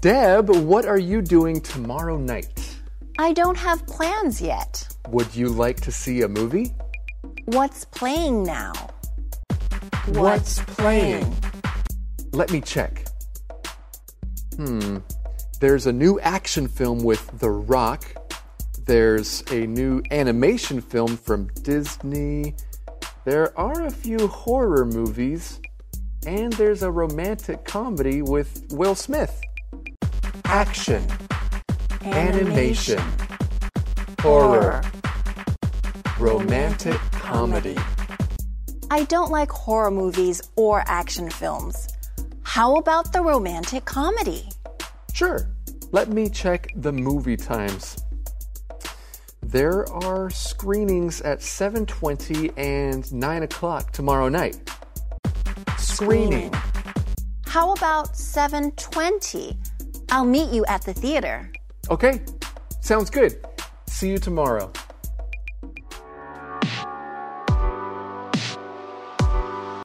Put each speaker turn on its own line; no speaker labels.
Deb, what are you doing tomorrow night?
I don't have plans yet.
Would you like to see a movie?
What's playing now?
What's playing? Let me check. Hmm. There's a new action film with The Rock. There's a new animation film from Disney. There are a few horror movies. And there's a romantic comedy with Will Smith. Action. Animation. Horror. Romantic comedy.
I don't like horror movies or action films. How about the romantic comedy?
Sure. Let me check the movie times. There are screenings at 7:20 and 9 o'clock tomorrow night. Screening.
How about 7:20? I'll meet you at the theater.
Okay. Sounds good. See you tomorrow.